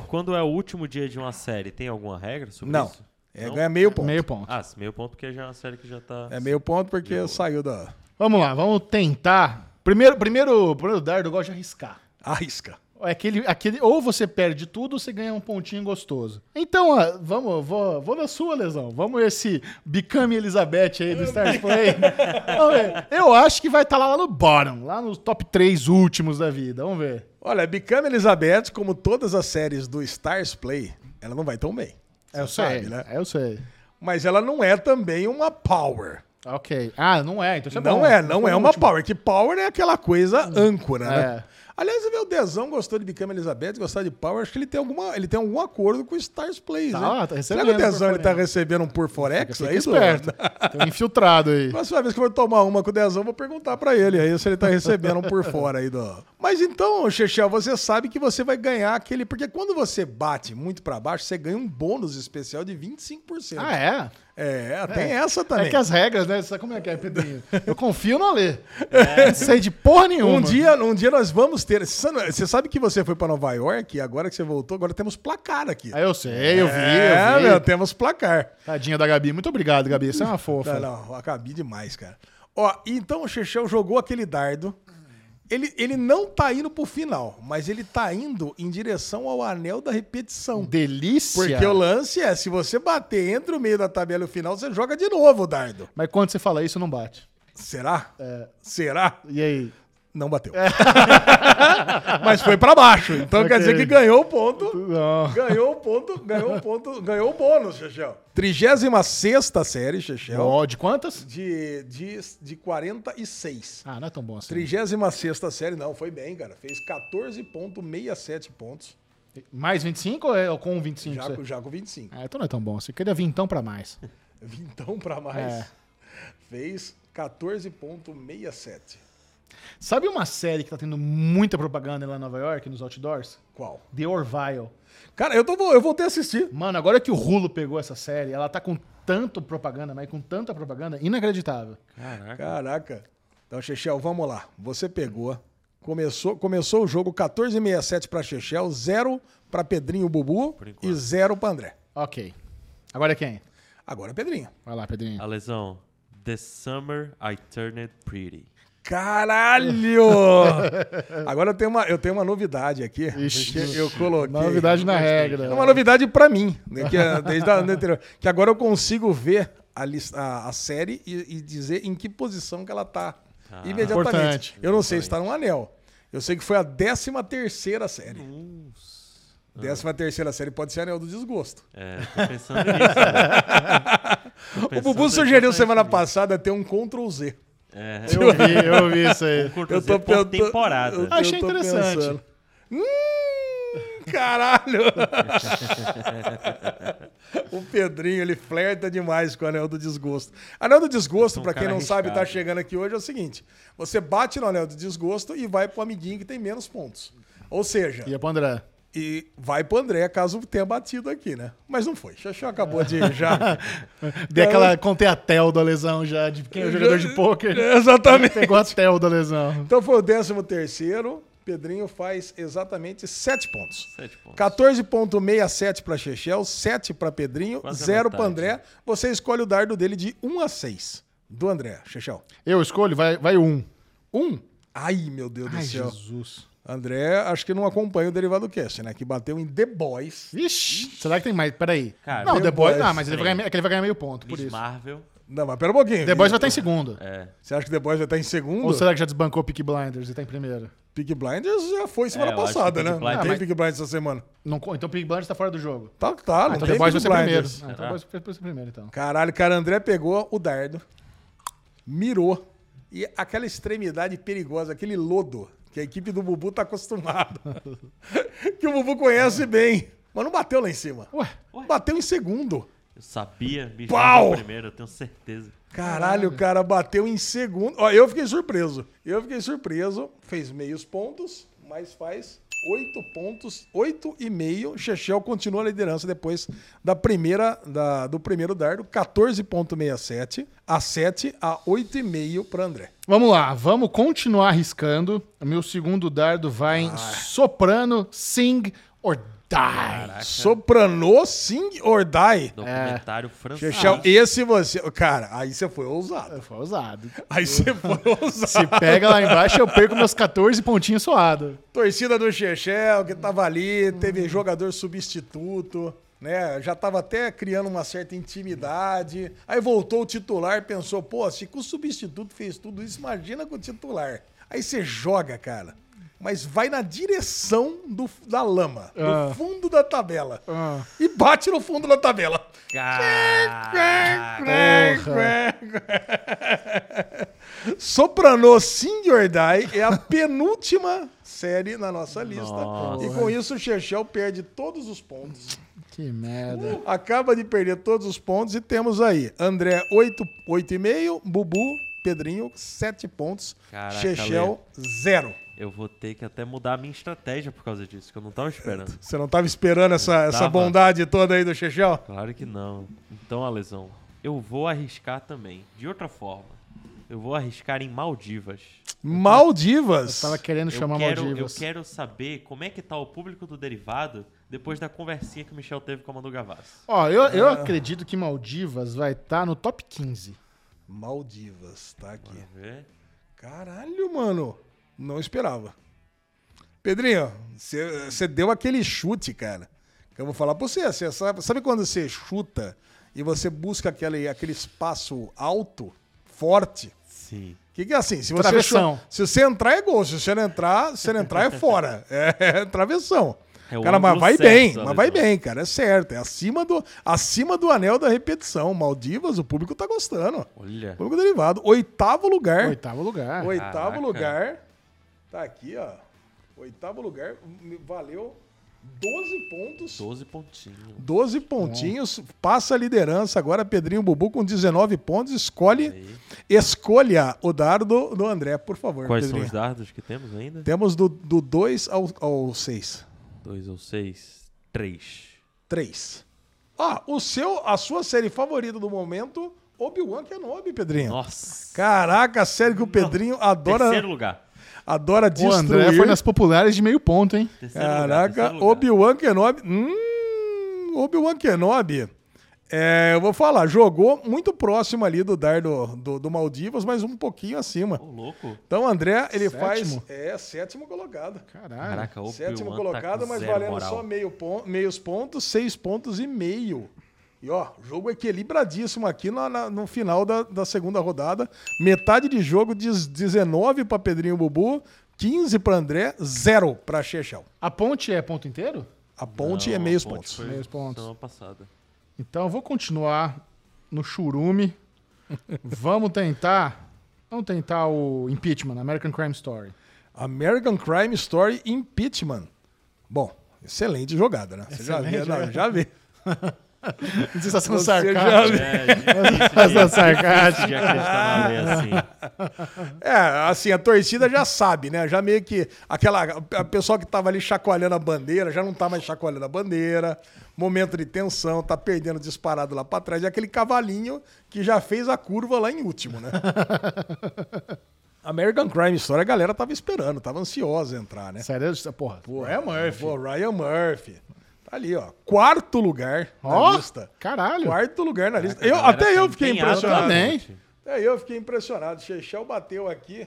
Bom, quando é o último dia de uma série, tem alguma regra sobre Não. isso? É, Não? ganha meio ponto. meio ponto. Ah, sim, meio ponto porque já é uma série que já tá. É meio ponto porque saiu da. Vamos lá, vamos tentar Primeiro, primeiro, primeiro dardo, eu gosto de arriscar. Arrisca. É aquele, aquele, ou você perde tudo ou você ganha um pontinho gostoso. Então, ó, vamos, vou, vou na sua, Lesão. Vamos esse Become Elizabeth aí do Stars Play. Vamos ver. Eu acho que vai estar lá, lá no bottom, lá nos top 3 últimos da vida. Vamos ver. Olha, Become Elizabeth, como todas as séries do Stars Play, ela não vai tão bem. eu Você sabe, né? É, Eu sei. Mas ela não é também uma power. Ok. Ah, não é. Então isso é não bom. é, Então não foi é o uma último. power. Que power é aquela coisa âncora, né? É. Aliás, meu Dezão gostou de Become Elizabeth, gostar de Power. Acho que ele tem, alguma, ele tem algum acordo com o Stars Plays, Tá, né? tá Será recebendo que o Dezão por ele tá fora. recebendo um por Forex? Fica É isso? esperto. Tem um infiltrado aí. Próxima vez que eu for tomar uma com o Dezão, eu vou perguntar pra ele aí se ele tá recebendo um por fora aí do. Mas então, Chechel, você sabe que você vai ganhar aquele. Porque quando você bate muito pra baixo, você ganha um bônus especial de 25%. Ah, é? é? tem essa também. É que as regras, né? Sabe como é que é, Pedrinho? Eu confio no Alê. Não sei de porra nenhuma. Um dia, um dia nós vamos ter. Você sabe- você sabe que você foi pra Nova York e agora que você voltou, agora temos placar aqui. Ah, eu sei, eu vi, é, eu vi. meu, temos placar. Tadinha da Gabi. Muito obrigado, Gabi. Você é uma Não, fofa. não, eu acabei demais, cara. Ó, então o Chechel jogou aquele dardo. Ele, ele não tá indo pro final, mas ele tá indo em direção ao anel da repetição. Delícia. Porque o lance é, se você bater entre o meio da tabela e o final, você joga de novo o dardo. Mas quando você fala isso, não bate. Será? É. Será? E aí? Não bateu. É. mas foi pra baixo. Então quer Ok. dizer que ganhou o ponto. Não. Ganhou o ponto, ganhou o ponto, ganhou o bônus, Chechel. 36 série, Chechel, Ó, de quantas? de, de, de 46. Ah, não é tão bom assim. 36 série, não, foi bem, cara. Fez 14,67 pontos, Mais 25 ou é com 25? já, você- com- já com 25. Ah, então não é tão bom assim. Eu queria vir então pra mais. Vintão pra mais. É. Fez 14,67. Sabe uma série que tá tendo muita propaganda lá em Nova York, nos outdoors? Qual? The Orville. Cara, eu, tô, eu voltei a assistir. Mano, agora que o Rulo pegou essa série, ela tá com tanto propaganda, mas com tanta propaganda, inacreditável. Caraca. Caraca. Então, Chechel, vamos lá. Você pegou. Começou, começou o jogo 14,67 pra Chechel, 0 pra Pedrinho Bubu e 0 pra André. Ok. Agora é quem? Agora é Pedrinho. Vai lá, Pedrinho. A lesão. The Summer I Turned Pretty. Caralho! Agora eu tenho uma, eu tenho uma novidade aqui. Ixi. porque eu coloquei. Novidade na regra. É uma novidade pra mim, né, que é desde a ano anterior. Que agora eu consigo ver a, lis- a- a série e, e dizer em que posição que ela tá. Ah, imediatamente. Importante. Eu não sei se tá num anel. Eu sei que foi a 13 terceira série. Nossa. 13 terceira série pode ser anel do desgosto. É, tô pensando nisso. né? Tô O pensando Bubu sugeriu exatamente semana nisso. passada ter um Ctrl Z. É, Eu vi, eu vi isso aí. eu tô por temporada. eu- eu Achei tô interessante. pensando. Hum, caralho! o Pedrinho, ele flerta demais com o Anel do Desgosto. Anel do Desgosto, um pra quem cara não sabe, tá arriscado. chegando aqui hoje, é o seguinte: você bate no Anel do Desgosto e vai pro amiguinho que tem menos pontos. Ou seja, E é pro André. e vai pro André caso tenha batido aqui, né? Mas não foi. Xaxão acabou de já. Dei aquela. Contei a tel da lesão já, de quem é o jogador de pôquer. Exatamente. Pegou a tel da lesão. Então foi o 13 terceiro. Pedrinho faz exatamente 7 pontos. Sete pontos. 14,67 para Chechel, 7 para Pedrinho, Quase a 0 para metade. André. Você escolhe o dardo dele de 1 a 6. Do André, Chechel. Eu escolho, vai, vai um. 1. Ai, meu Deus Ai, do céu. Jesus. André, acho que não acompanha o Derivado Cast, né? Que bateu em The Boys. Vixe, será que tem mais? Peraí. Cara, não, The The Boys. Boys. Ah, mas ele vai, ganhar, me- é que ele vai ganhar meio ponto, por Miss isso. Marvel. Não, mas pera um pouquinho. The Boys vai estar em segundo. É. Você acha que The Boys vai estar em segundo? Ou será que já desbancou Peak Blinders e tá em primeiro? Peak Blinders já foi semana É, eu acho que passada, Peaky né? Blinders- Não tem mas- Peak Blinders essa semana. Não co- então Peak Blinders tá fora do jogo. Tá, tá. não Ah, então tem The Boys Peaky vai ser primeiro. Blinders. Ah, então The Boys vai ser primeiro, então. Caralho, cara, André pegou o dardo, mirou, e aquela extremidade perigosa, aquele lodo, que a equipe do Bubu tá acostumado, que o Bubu conhece bem, mas não bateu lá em cima. Ué, Bateu em segundo. Eu sabia, Miss Pau! Marvel primeiro, eu tenho certeza. Caralho, o cara bateu em segundo. Ó, eu fiquei surpreso. Eu fiquei surpreso. Fez meios pontos, mas faz oito pontos, oito e meio. Chechel continua a liderança depois da primeira, da- do primeiro dardo, 14,67 a 7 a 8,5 para André. vamos lá, vamos continuar arriscando. O meu segundo dardo vai em Soprano, Sing or die. Sopranou Sing or Die. Documentário francês. Chechel, esse você. Cara, aí você foi ousado. Foi ousado. Aí você foi ousado. Se pega lá embaixo, eu perco meus 14 pontinhos suado. Torcida do Chechel, que tava ali, teve jogador substituto, né? Já tava até criando uma certa intimidade. Aí voltou o titular, pensou, pô, se que o substituto fez tudo isso, imagina com o titular. Aí você joga, cara. Mas vai na direção do, da lama, Ah. no fundo da tabela. Ah. E bate no fundo da tabela. Caraca. Sopranou Sing or Die é a penúltima série na nossa lista. Nossa. E com isso o Chechel perde todos os pontos. Que merda. Acaba de perder todos os pontos e temos aí André 8, 8,5, Bubu, Pedrinho 7 pontos, Caraca, Chechel 0. Eu vou ter que até mudar a minha estratégia por causa disso, que eu não tava esperando. Você não estava esperando essa, essa Tava. bondade toda aí do Chechel? Claro que não. Então, Alesão, eu vou arriscar também. De outra forma, eu vou arriscar em Maldivas. Maldivas. Eu tava querendo chamar eu, quero, Maldivas. eu quero saber como é que tá o público do Derivado depois da conversinha que o Michel teve com a Manu Gavassi. Ó, eu, eu acredito que Maldivas vai estar no top 15. Maldivas, tá aqui. Quer ver? Caralho, mano. Não esperava. Pedrinho, você deu aquele chute, cara. Que eu vou falar pra você. você sabe, sabe quando você chuta e você busca aquele, aquele espaço alto, forte? Sim. Que que é assim? Se você, Travessão. chu- se você entrar é gol, se você não entrar, se não entrar é fora. É, travessão. É o cara, mas ângulo vai certo, bem, mas Alexandre. vai bem, cara, é certo. É acima do, acima do anel da repetição. Maldivas, o público tá gostando. Olha. Público derivado. Oitavo lugar. Oitavo lugar. Oitavo Caraca. lugar. Tá aqui, ó. Oitavo lugar. me Valeu 12 pontos. 12 pontinhos. 12 pontinhos. Passa a liderança agora, Pedrinho Bubu com 19 pontos. Escolhe. Aí. Escolha o dardo do André, por favor. Quais são Pedrinho. os dardos que temos ainda? Temos do 2 ao, ao 6. Dois ou seis? Três. 3. Ah, o seu, a sua série favorita do momento, Obi-Wan Kenobi, Pedrinho. Nossa. Caraca, a série que o Pedrinho adora, Terceiro lugar. adora O destruir. André foi nas populares de meio ponto, hein? Terceiro lugar, Caraca, terceiro lugar. Obi-Wan Kenobi. Hum, Obi-Wan Kenobi. É, eu vou falar, jogou muito próximo ali do dar do, do, do Maldivas, mas um pouquinho acima. Ô, louco. Então, André, ele Sétimo. faz. É, sétimo colocado. Caralho. Caraca, Obi-Wan sétimo tá colocado, com mas zero valendo moral. só meio pon meios pontos, seis pontos e meio. E ó, jogo equilibradíssimo aqui na- na- no final da, da segunda rodada. Metade de jogo, diz 19 para Pedrinho Bubu, 15 para André, zero para Chechel. A ponte é ponto inteiro? A ponte Não, é a meios ponte pontos. foi Meios pontos. semana passada. Então eu vou continuar no churume. Vamos tentar. Vamos tentar o impeachment, American Crime Story. American Crime Story Impeachment. Bom, excelente jogada, né? Um Você já vê, não, já vê. Você está tá sendo Você sarcástico. né? É, difícil Você está sendo de, de sarcástico. acreditar na lei assim. É, assim, a torcida já sabe, né? Já meio que aquela a pessoa que tava ali chacoalhando a bandeira, já não tá mais chacoalhando a bandeira. Momento de tensão, tá perdendo disparado lá pra trás, é aquele cavalinho que já fez a curva lá em último, né? American Crime Story, a galera tava esperando, tava ansiosa entrar, né? Sério? Porra. É, Pô, Ryan Murphy. Pô, Ryan Murphy. Tá ali, ó. Quarto lugar Ó, na lista. caralho. Quarto lugar na lista. A Eu, galera até eu tá fiquei empenhada impressionado. na Também. ponte. Até eu fiquei impressionado. Chechel bateu aqui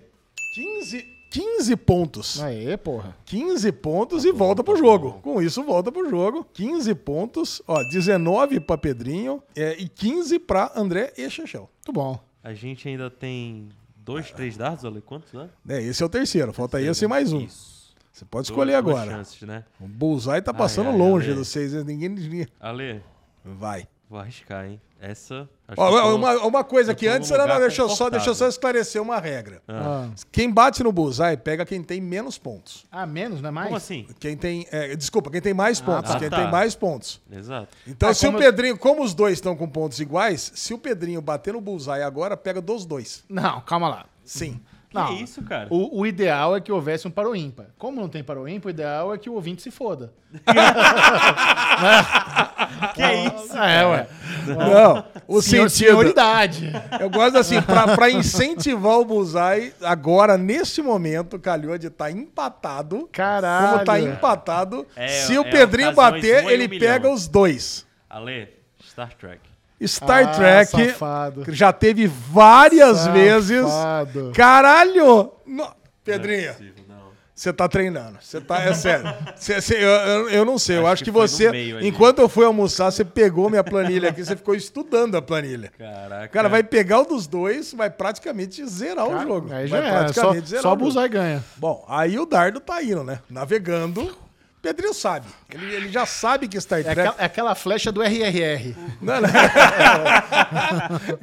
15, 15 pontos. Aê, porra. 15 pontos Tá e volta pro jogo. Com isso, volta pro jogo. 15 pontos, ó, 19 pra Pedrinho é, e 15 pra André e Chechel. Muito bom. A gente ainda tem dois, três dardos, olha quantos, né? É, esse é o terceiro. Falta esse e mais um. Isso. Você pode Duas- escolher duas agora. chances, né? O Bullseye tá passando Ai, ai, longe ai. dos seis. né? Ninguém, ninguém... Ale, Vai. vou arriscar, hein? Essa. acho Ó, que eu tô- uma, uma coisa eu que tô antes num era. lugar né? não, Deixa eu, só, confortável. deixa eu só esclarecer uma regra. Ah. Quem bate no bullseye pega quem tem menos pontos. Ah, menos, não é mais? Como assim? Quem tem. é, desculpa, quem tem mais pontos. tá. É Quem Tá. tem mais pontos. Exato. Então, Ah, se o como eu- Pedrinho, como os dois estão com pontos iguais, se o Pedrinho bater no bullseye agora, pega dos dois. Não, calma lá. Sim. Não. Que isso, cara? O, o ideal é que houvesse um para o ímpar. Como não tem para o ímpar, o ideal é que o ouvinte se foda. que é isso? É, ué. Não, o Senhor- sentido... Senhoridade. Eu gosto assim, pra, pra incentivar o Buzai, agora, neste momento, calhou de estar empatado. Caralho. Como tá empatado, É, se é o a Pedrinho ocasião, bater, esmola e ele um milhão. pega os dois. Ale, Star Trek. Star Ah, Trek safado. já teve várias vezes. Safado. Caralho! No- Pedrinho, Possível, não. você tá treinando. Você tá. É sério. Você- você- eu, eu- eu não sei. Eu Acho acho que, que foi no você. meio ali. Enquanto eu fui almoçar, você pegou minha planilha aqui, você ficou estudando a planilha. Caraca. O cara vai pegar o dos dois, vai praticamente zerar o jogo. Aí já vai era. Só, só o jogo. abusar e ganha. Bom, aí o Dardo tá indo, né? Navegando. Pedrinho sabe. Ele, ele já sabe que Star É Trek. aquela, é aquela flecha do RRR. Não, não.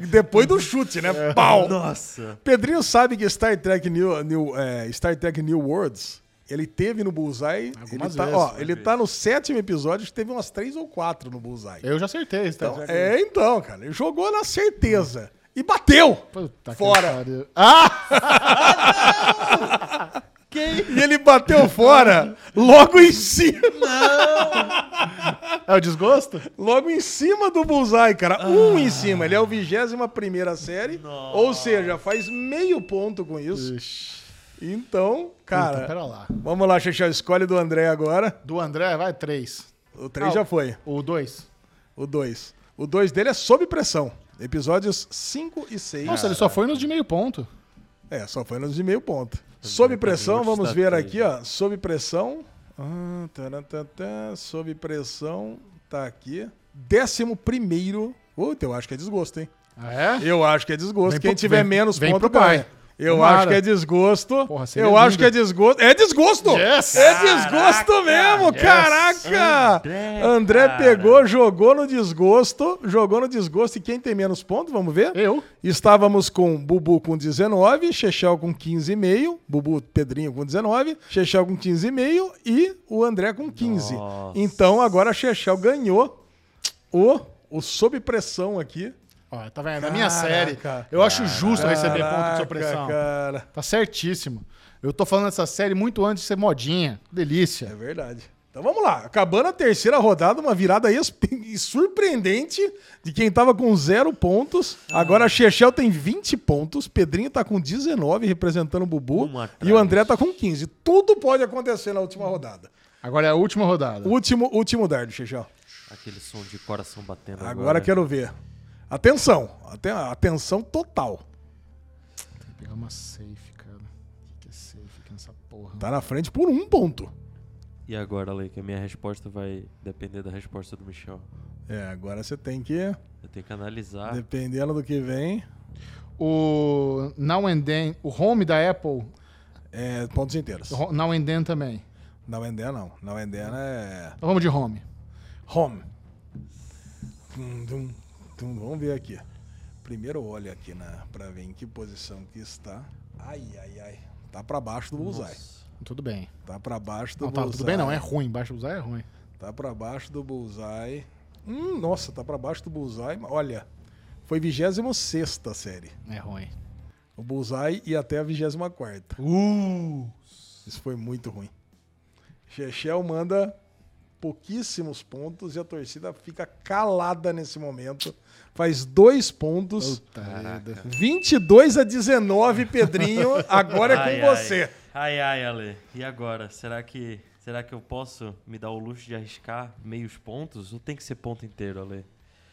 Depois do chute, É. né? Pau! Nossa. Pedrinho sabe que Star Trek New, New- é, Star Trek New Worlds, ele teve no Bullseye. Ele Algumas tá, vezes, ó, algumas ele tá no sétimo episódio, acho que teve umas três ou quatro no Bullseye. Eu já acertei. Star Então, Trek. é, então, cara. Ele jogou na certeza. E bateu! Puta que fora! pariu. Ah! E ele bateu fora logo em cima. É o desgosto? Logo em cima do Bullseye, cara. Um Ah. em cima. Ele é o 21 série. Ou seja, faz meio ponto com isso. Ixi. Então, cara. Puta, pera lá. Vamos lá, Xixão. Escolhe do André agora. Do André, vai, três. O 3 Ah, já foi. O dois. O 2. O 2 dele é sob pressão. Episódios 5 e 6. Nossa, ele só foi nos de meio ponto. É, só foi nos de meio ponto. Sob pressão, vamos tá ver aqui, né? ó. Sob pressão. Ah, tarantantã, sob pressão. Tá aqui. Décimo primeiro. Puta, eu acho que é desgosto, hein? Ah, é? Eu acho que é desgosto. Vem Quem pro- tiver vem- menos vem ponto pro pai. ganha. Eu Tomara. acho que é desgosto. Porra, seria eu acho lindo. que é desgosto. É desgosto! Yes! É desgosto mesmo! Yes! Caraca! André, André cara. pegou, jogou no desgosto. Jogou no desgosto. E quem tem menos ponto, vamos ver? Eu. Estávamos com Bubu com 19, Chechel com 15,5, Bubu Pedrinho com 19, Chechel com 15,5 e o André com 15. Nossa. Então agora Chechel ganhou o, o sob pressão aqui. Ó, tá vendo? Na minha Caraca. série, eu acho justo receber ponto de Caraca, supressão. Cara. Tá certíssimo. Eu tô falando dessa série muito antes de ser modinha. É Delícia. verdade. Então vamos lá. Acabando a terceira rodada, uma virada aí esp- surpreendente de quem tava com zero pontos. Ah. Agora Chechel tem 20 pontos, Pedrinho tá com 19 representando o Bubu Um atrás. e o André tá com 15. Tudo pode acontecer na última rodada. Agora é a última rodada. Último, último dardo, Chechel. Aquele som de coração batendo agora. Agora é. quero ver. Atenção, Aten- atenção total. Vou pegar uma safe, cara. O que é safe aqui nessa porra? Tá na frente por um ponto. E agora, Ale, que a minha resposta vai depender da resposta do Michel. É, agora você tem que, Eu tenho que analisar. dependendo do que vem, O Now and Then, o Home da Apple, é, pontos inteiros. o Ho- Now and Then também. Não é não. Não é é Então vamos de Home. Home. Tum, tum, tum. Vamos ver aqui. Primeiro olha aqui na para ver em que posição que está. Ai, ai, ai. Tá pra baixo do bullseye. Tudo bem. Tá pra baixo do Não, tá, bullseye. tudo bem não, é ruim. Baixo usar é ruim. Tá pra baixo do bullseye. Hum, nossa, tá pra baixo do bullseye. Olha, foi 26 série. É ruim. O bullseye ia até a 24. Uh! Isso foi muito ruim. Chechel manda pouquíssimos pontos e a torcida fica calada nesse momento. Faz dois pontos. Puta vida. 22 a 19, Pedrinho. Agora é com você. Ai. ai, ai, Ale. E agora? Será que. Será que eu posso me dar o luxo de arriscar meios pontos? Não tem que ser ponto inteiro, Ale.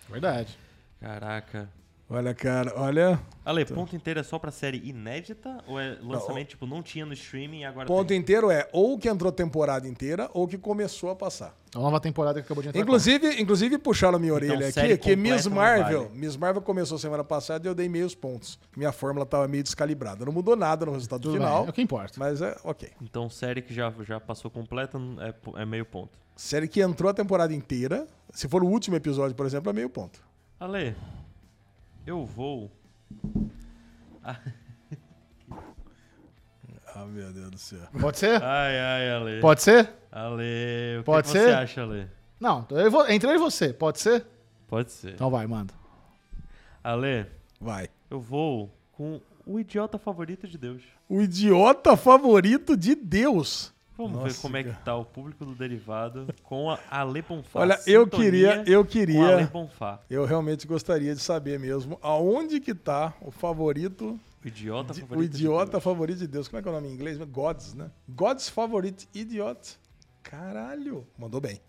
Verdade. Caraca. Olha, cara, olha. Ale, Então. ponto inteiro é só pra série inédita? Ou é lançamento, tipo, não tinha no streaming e agora Ponto tem? inteiro é ou que entrou temporada inteira ou que começou a passar. É uma nova temporada que acabou de entrar. Inclusive, inclusive puxaram minha orelha aqui Então, série que Miss completa não Marvel, vale. Miss Marvel começou semana passada e eu dei meios pontos. Minha fórmula tava meio descalibrada. Não mudou nada no resultado Tudo final, bem, é o que importa. mas é ok. Então, série que já, já passou completa é po- é meio ponto. Série que entrou a temporada inteira, se for o último episódio, por exemplo, é meio ponto. Ale, eu vou. Ah, meu Deus do céu. Pode ser? Ah, Ai, ai, Ale. Pode ser? Ale, o Pode que, ser? você acha, Ale? Não, então eu vou, entre eu e você. Pode ser? Pode ser. Então vai, manda. Ale, Vai. eu vou com o idiota favorito de Deus. O idiota favorito de Deus. Vamos Nossa, ver como é que cara. tá o público do Derivado com a Ale Bonfá. Olha, eu Sintonia queria- eu queria- com a Ale Bonfá. Eu realmente gostaria de saber mesmo aonde que tá o favorito, O idiota de- favorito. o idiota de Deus. favorito de Deus. Como é que é o nome em inglês? Gods, né? Gods favorite idiot. Caralho, mandou bem.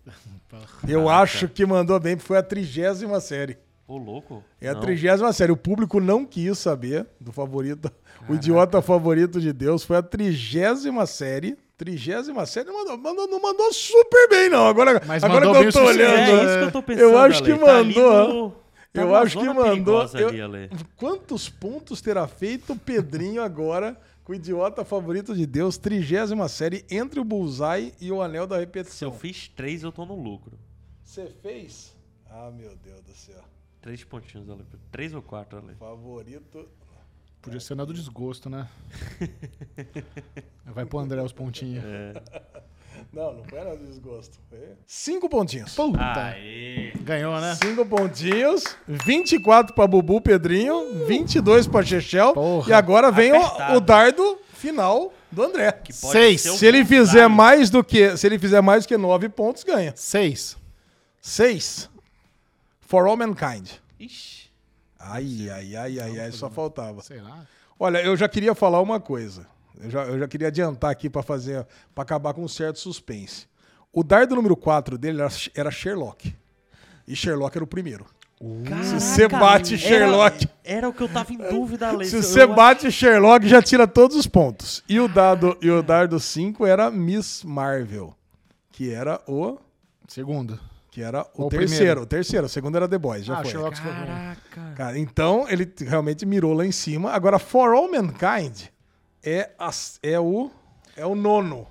Eu acho que mandou bem, porque foi a trigésima série. Ô, louco. É a Não. trigésima série. O público não quis saber do favorito. O idiota favorito de Deus foi a trigésima série. Trigésima série não mandou, mandou- não mandou super bem, não. Agora, Mas agora mandou que bem eu o tô suficiente. olhando. né? É isso que eu tô pensando. eu acho Ale. que Tá ali mandou. no- tá eu numa acho que zona mandou. perigosa eu- ali, Ale. Quantos pontos terá feito o Pedrinho agora com o idiota favorito de Deus? Trigésima série entre o Bullseye e o Anel da Se eu Repetição. fiz três, eu tô no lucro. Você fez? Ah, meu Deus do céu. Três pontinhos, Ale. Três ou quatro, Ale. Favorito Podia ser nada do desgosto, né? Vai pro André os pontinhos. É. Não, não foi nada de desgosto. Foi- Cinco pontinhos. Puta! Aê! Ganhou, né? Cinco pontinhos, 24 pra Bubu Pedrinho, 22 pra Chechel. Porra. E agora vem o, Apertado. o dardo final do André. Pode Seis. ser o Se ele contrário. fizer mais do que. Se ele fizer mais do que nove pontos, ganha. Seis. Seis. For All Mankind. Ixi. Ai, ai, ai, ai, ai, só faltava. Será? Olha, eu já queria falar uma coisa. Eu já, eu já queria adiantar aqui pra fazer, para acabar com um certo suspense. O dardo número 4 dele era, era Sherlock. E Sherlock era o primeiro. Caraca, você bate era- Sherlock- Era, o que eu tava em dúvida, Ale. Se Eu- você eu bate Sherlock, já tira todos os pontos. E o dado e o dardo 5 era Miss Marvel, que era o Segundo. que era o, O terceiro, primeiro. o terceiro, o segundo era The Boys, já Ah, foi. Sherlock foi bem. Caraca. Cara, então ele t- realmente mirou lá em cima. Agora, For All Mankind é, as- é, o, é o nono.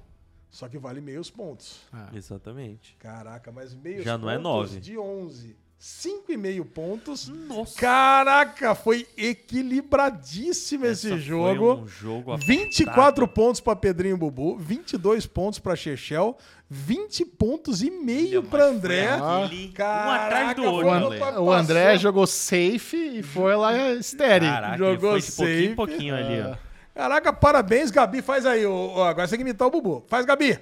Só que vale meios pontos. Ah. Exatamente. Caraca, mas meios Já pontos não é nove. de 11. 5,5 pontos. Nossa. Caraca, foi equilibradíssimo esse jogo. Foi um jogo apertado. 24 pontos para Pedrinho Bubu, 22 pontos para Chechel, 20 pontos e meio Mas para foi André. aquele, um Caraca, atrás do foi outro, O, uma Ale. pa- An- o André jogou safe e é foi lá estéreo. Caraca, jogou ele safe. foi de pouquinho É. em pouquinho ali, ó. Caraca, parabéns, Gabi. Faz aí. ô, ô, agora você tem que imitar o Bubu. Faz, Gabi.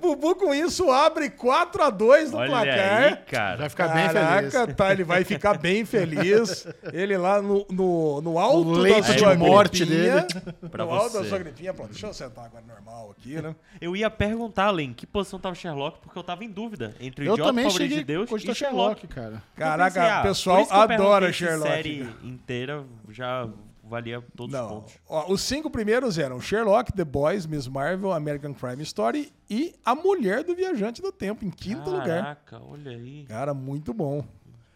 Bubu, com isso, abre 4x2 no Olha placar. aí, cara. Vai ficar bem feliz. Caraca, tá, ele vai ficar bem feliz. Ele lá no, no, no alto No leito da de sua morte gripinha. Pra no alto da você. sua gripinha. Pronto, deixa eu sentar agora normal aqui, né? Eu ia perguntar, Ale, em que posição tava Sherlock, porque eu tava em dúvida entre o Eu idiota também favorito cheguei de Deus cogitar e Sherlock. Sherlock, cara. Caraca, Eu pensei, ah, o por pessoal isso que eu adora perguntei se Sherlock. cara. série inteira já valia todos os Não. pontos. Ó, os cinco primeiros eram Sherlock, The Boys, Miss Marvel, American Crime Story e A Mulher do Viajante do Tempo, em quinto lugar. Caraca, olha aí. Cara, muito bom.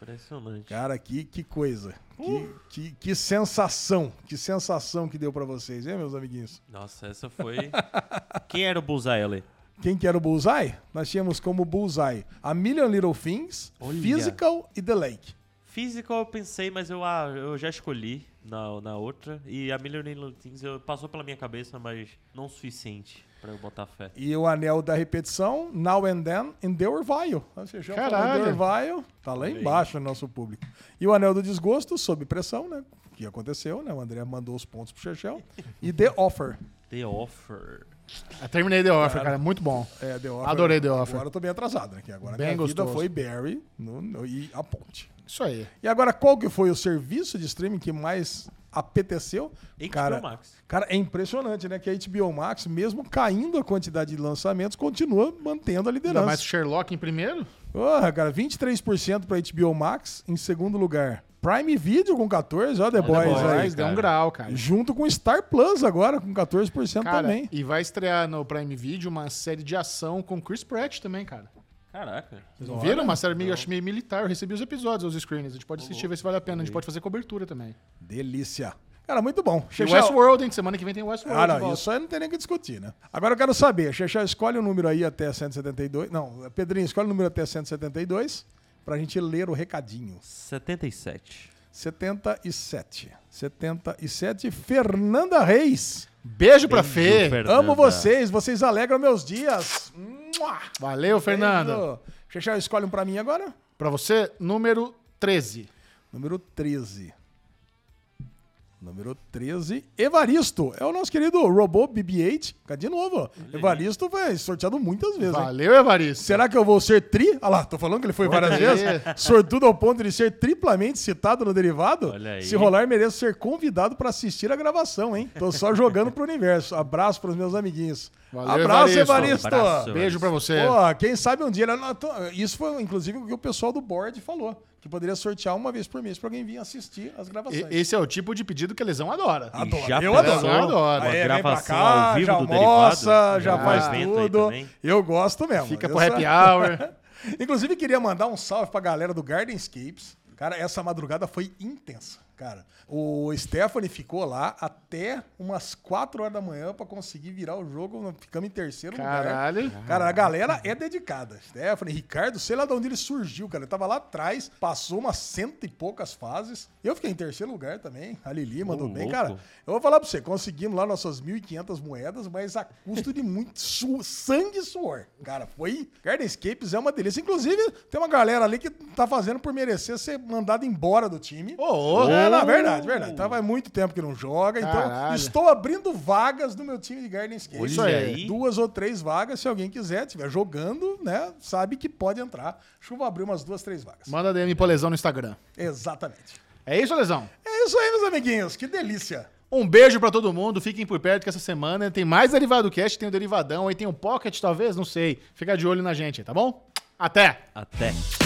Impressionante. Cara, que, que coisa. Uh. Que, que, que sensação. Que sensação que deu pra vocês, hein, meus amiguinhos? Nossa, essa foi... Quem era o Bullseye, Ale? Quem que era o Bullseye? Nós tínhamos como Bullseye a Million Little Things, Olha. Physical e The Lake. Physical eu pensei, mas eu, ah, eu já escolhi na, na outra. E a Million Little Things eu, passou pela minha cabeça, mas não o suficiente pra eu botar fé. E o anel da repetição, Now and Then, and They Were Vile. Nós fechamos com Caralho. They Were Vile. Tá lá embaixo no nosso público. E o anel do desgosto, sob pressão, né? Que aconteceu, né? O André mandou os pontos pro Chechel. E The Offer. The Offer. Eu Ah, terminei The Offer, cara. Muito bom. É, The Offer. Adorei The Offer. Agora eu tô bem atrasado, né? Que agora Bem minha gostoso. vida foi Barry no- no- e a ponte. Isso aí. E agora, qual que foi o serviço de streaming que mais apeteceu? HBO cara, Max. Cara, é impressionante, né? Que a HBO Max, mesmo caindo a quantidade de lançamentos, continua mantendo a Ainda liderança. mais o Sherlock em primeiro. Porra, cara, 23% pra HBO Max. Em segundo lugar, Prime Video com 14%, ó, The Boys Boys, aí. Mas deu um é, cara. grau, cara. Junto com Star Plus agora, com 14% Cara, também. e vai estrear no Prime Video uma série de ação com Chris Pratt também, cara. Caraca. Vocês não viram? Uma série meio, acho meio militar. Eu recebi os episódios, os screens. A gente pode assistir, ver se vale a pena. A gente pode fazer cobertura também. Delícia. Cara, muito bom. E Chechel- Westworld, hein? Semana que vem tem Westworld. Ah, de não, volta. isso aí não tem nem o que discutir, né? Agora eu quero saber, Xexá, escolhe o número aí até 172. Não, Pedrinho, escolhe o número até 172 pra gente ler o recadinho. 77. 77. 77, Fernanda Reis. Beijo pra Beijo, Fê. Fernanda. Amo vocês, vocês alegram meus dias. Mua! Valeu, Fernanda. Xexá, escolhe um pra mim agora. Pra você, número 13. Número 13. Número 13, Evaristo. É o nosso querido robô BB-8. Fica de novo, ó. Evaristo foi sorteado muitas vezes, hein? Valeu, Evaristo. Será que eu vou ser tri? Olha lá, tô falando que ele foi várias aí. vezes. Sortudo ao ponto de ser triplamente citado no derivado. Olha aí. Se rolar, mereço ser convidado pra assistir a gravação, hein? Tô só jogando pro universo. Abraço pros meus amiguinhos. Valeu, Abraço, Evaristo. Evaristo. Abraço. Beijo pra você. Pô, quem sabe um dia. ela- Isso foi, inclusive, o que o pessoal do board falou. Que poderia sortear uma vez por mês pra alguém vir assistir as gravações. E- Esse é o tipo de pedido que a lesão adora. Ah, E Adoro, já eu pensou adoro. Eu adoro. Uma Aí, vem pra gravação cá, ao vivo já do almoça, derivado. já Um faz evento aí tudo. também. Eu gosto mesmo. Fica pro Essa- happy hour. Inclusive, queria mandar um salve pra galera do Gardenscapes. Cara, essa madrugada foi intensa, cara. O Stephanie ficou lá até umas 4 horas da manhã pra conseguir virar o jogo. Ficamos em terceiro lugar. Caralho. Cara, a galera é dedicada. Stephanie, Ricardo, sei lá de onde ele surgiu, cara. Ele tava lá atrás, passou umas cento e poucas fases. Eu fiquei em terceiro lugar também. A Lili mandou bem, louco. cara. Eu vou falar pra você, conseguimos lá nossas 1.500 moedas, mas a custo de muito su- sangue e suor. Cara, foi... Gardenscapes é uma delícia. Inclusive, tem uma galera ali que tá fazendo por merecer ser mandado embora do time. Ô, ô. É, na verdade, verdade. Tava há muito tempo que não joga, então Caralho. estou abrindo vagas no meu time de Gardenscapes. Isso Olha aí. aí. Duas ou três vagas, se alguém quiser, estiver jogando, né? Sabe que pode entrar. Acho que eu vou abrir umas duas, três vagas. Manda DM pro lesão no Instagram. Exatamente. É isso, lesão? É isso aí, meus amiguinhos. Que delícia. Um beijo pra todo mundo, fiquem por perto que essa semana tem mais Derivado Cast, tem o Derivadão, aí tem o Pocket talvez, não sei. Fica de olho na gente, tá bom? Até! Até.